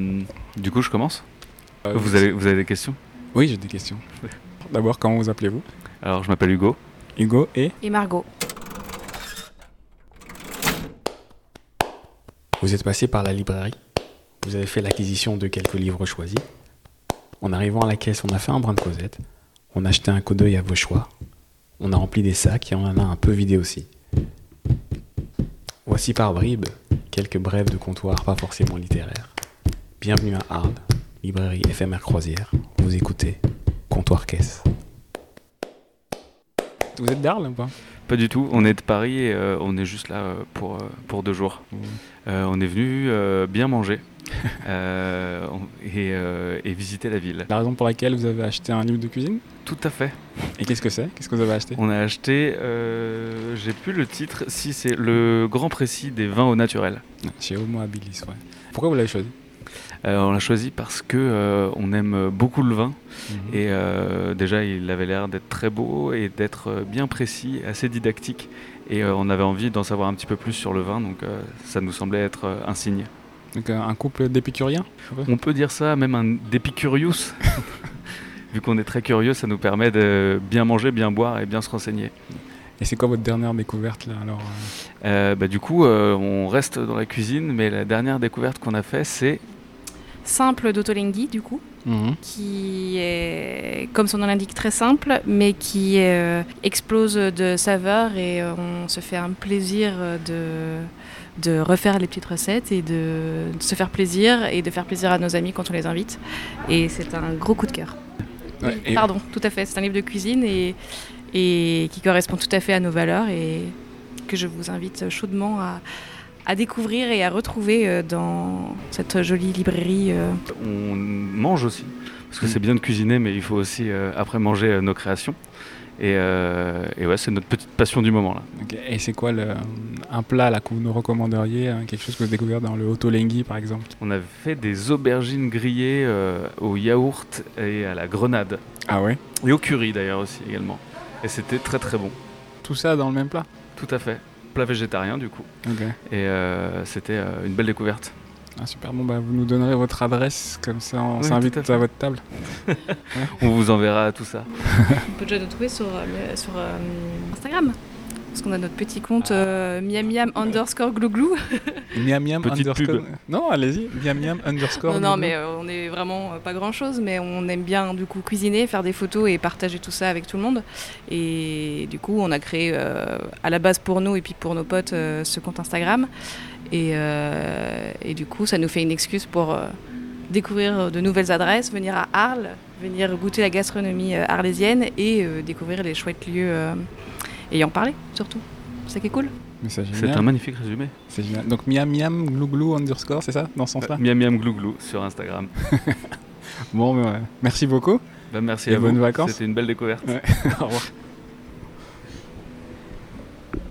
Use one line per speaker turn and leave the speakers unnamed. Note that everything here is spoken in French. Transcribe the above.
Mm. Du coup, je commence.
Euh,
Vous avez, vous avez des questions
Oui, j'ai des questions. D'abord, comment vous appelez-vous
Alors, je m'appelle Hugo.
Hugo et
Et Margot.
Vous êtes passé par la librairie. Vous avez fait l'acquisition de quelques livres choisis. En arrivant à la caisse, on a fait un brin de Cosette. On a jeté un coup d'œil à vos choix. On a rempli des sacs et on en a un peu vidé aussi. Voici par bribes quelques brèves de comptoir pas forcément littéraires. Bienvenue à Arles, librairie éphémère croisière. Vous écoutez Comptoir Caisse.
vous êtes d'Arles ou pas
Pas du tout, on est de Paris et euh, on est juste là euh, pour, euh, pour deux jours.
Mhm.
Euh, on est venu euh, bien manger euh, on- et, euh, et visiter la ville.
La raison pour laquelle vous avez acheté un livre de cuisine
Tout à fait.
Et qu'est-ce que c'est Qu'est-ce que vous avez acheté
On a acheté, euh, j'ai plus le titre, si c'est le grand précis des vins au naturel.
Chez Homo habilis, ouais. Pourquoi vous l'avez choisi
Euh, on l'a choisi parce que euh, on aime beaucoup le vin
Et
et euh, déjà il avait l'air d'être très beau et d'être euh, bien précis, assez didactique. Et euh, on avait envie d'en savoir un petit peu plus sur le vin, donc euh, ça nous semblait être euh, un signe.
donc euh, un couple d'épicuriens
On peut dire ça, même un d'épicurius. Vu qu'on est très curieux, ça nous permet de bien manger, bien boire et bien se renseigner.
Et c'est quoi votre dernière découverte là alors euh,
Euh, bah, du coup, euh, on reste dans la cuisine, mais la dernière découverte qu'on a fait, c'est
Simple d'Otolenghi, du coup,
Mhm.
qui est, comme son nom l'indique, très simple, mais qui euh, explose de saveurs et euh, on se fait un plaisir euh, de, de refaire les petites recettes et de, de se faire plaisir et de faire plaisir à nos amis quand on les invite. Et c'est un gros coup de cœur.
Ouais,
Oui,
et-
Pardon, tout à fait. C'est un livre de cuisine et, et qui correspond tout à fait à nos valeurs et que je vous invite chaudement à, à découvrir et à retrouver euh, dans cette jolie librairie. euh.
on mange aussi. Parce que
Mm.
c'est bien de cuisiner, mais il faut aussi euh, après manger euh, nos créations. Et, euh, et ouais, c'est notre petite passion du moment là.
Ok, Et c'est quoi le, un plat là que vous nous recommanderiez hein, Quelque chose que vous avez découvert dans le Otolenghi par exemple
On avait fait des aubergines grillées euh, au yaourt et à la grenade.
Ah ouais
Et au curry d'ailleurs aussi également. Et c'était très très bon.
Tout ça dans le même plat
Tout à fait. Plat végétarien du coup.
Ok.
Et euh, c'était euh, une belle découverte.
Ah, super, bon, bah, vous nous donnerez votre adresse, comme ça on
Oui,
s'invite
tout à fait.
à, votre table.
On vous enverra tout ça.
On peut déjà nous trouver sur, le- sur euh, Instagram. Parce qu'on a notre petit compte euh, miam miam underscore glouglou.
Miam Miam
Petite
underscore.
pub.
Non, allez-y, Miam Miam underscore.
Non, non,
Nounou.
mais euh, on est vraiment euh, pas grand chose, mais on aime bien du coup cuisiner, faire des photos et partager tout ça avec tout le monde. Et du coup, on a créé euh, à la base pour nous et puis pour nos potes euh, ce compte Instagram. Et, euh, et du coup, ça nous fait une excuse pour euh, découvrir de nouvelles adresses, venir à Arles, venir goûter la gastronomie euh, arlésienne et euh, découvrir les chouettes lieux euh, et en parler surtout. C'est ça qui est cool.
Mais c'est
C'est
génial.
un magnifique résumé.
C'est génial. Donc Miam Miam Glouglou underscore, c'est ça Dans ce sens-là
Miam miam glou glou sur Instagram.
Bon, mais ouais. merci beaucoup.
Bah, merci
Et
à
bonnes
vous.
vacances.
C'était une belle découverte.
Ouais. Au revoir.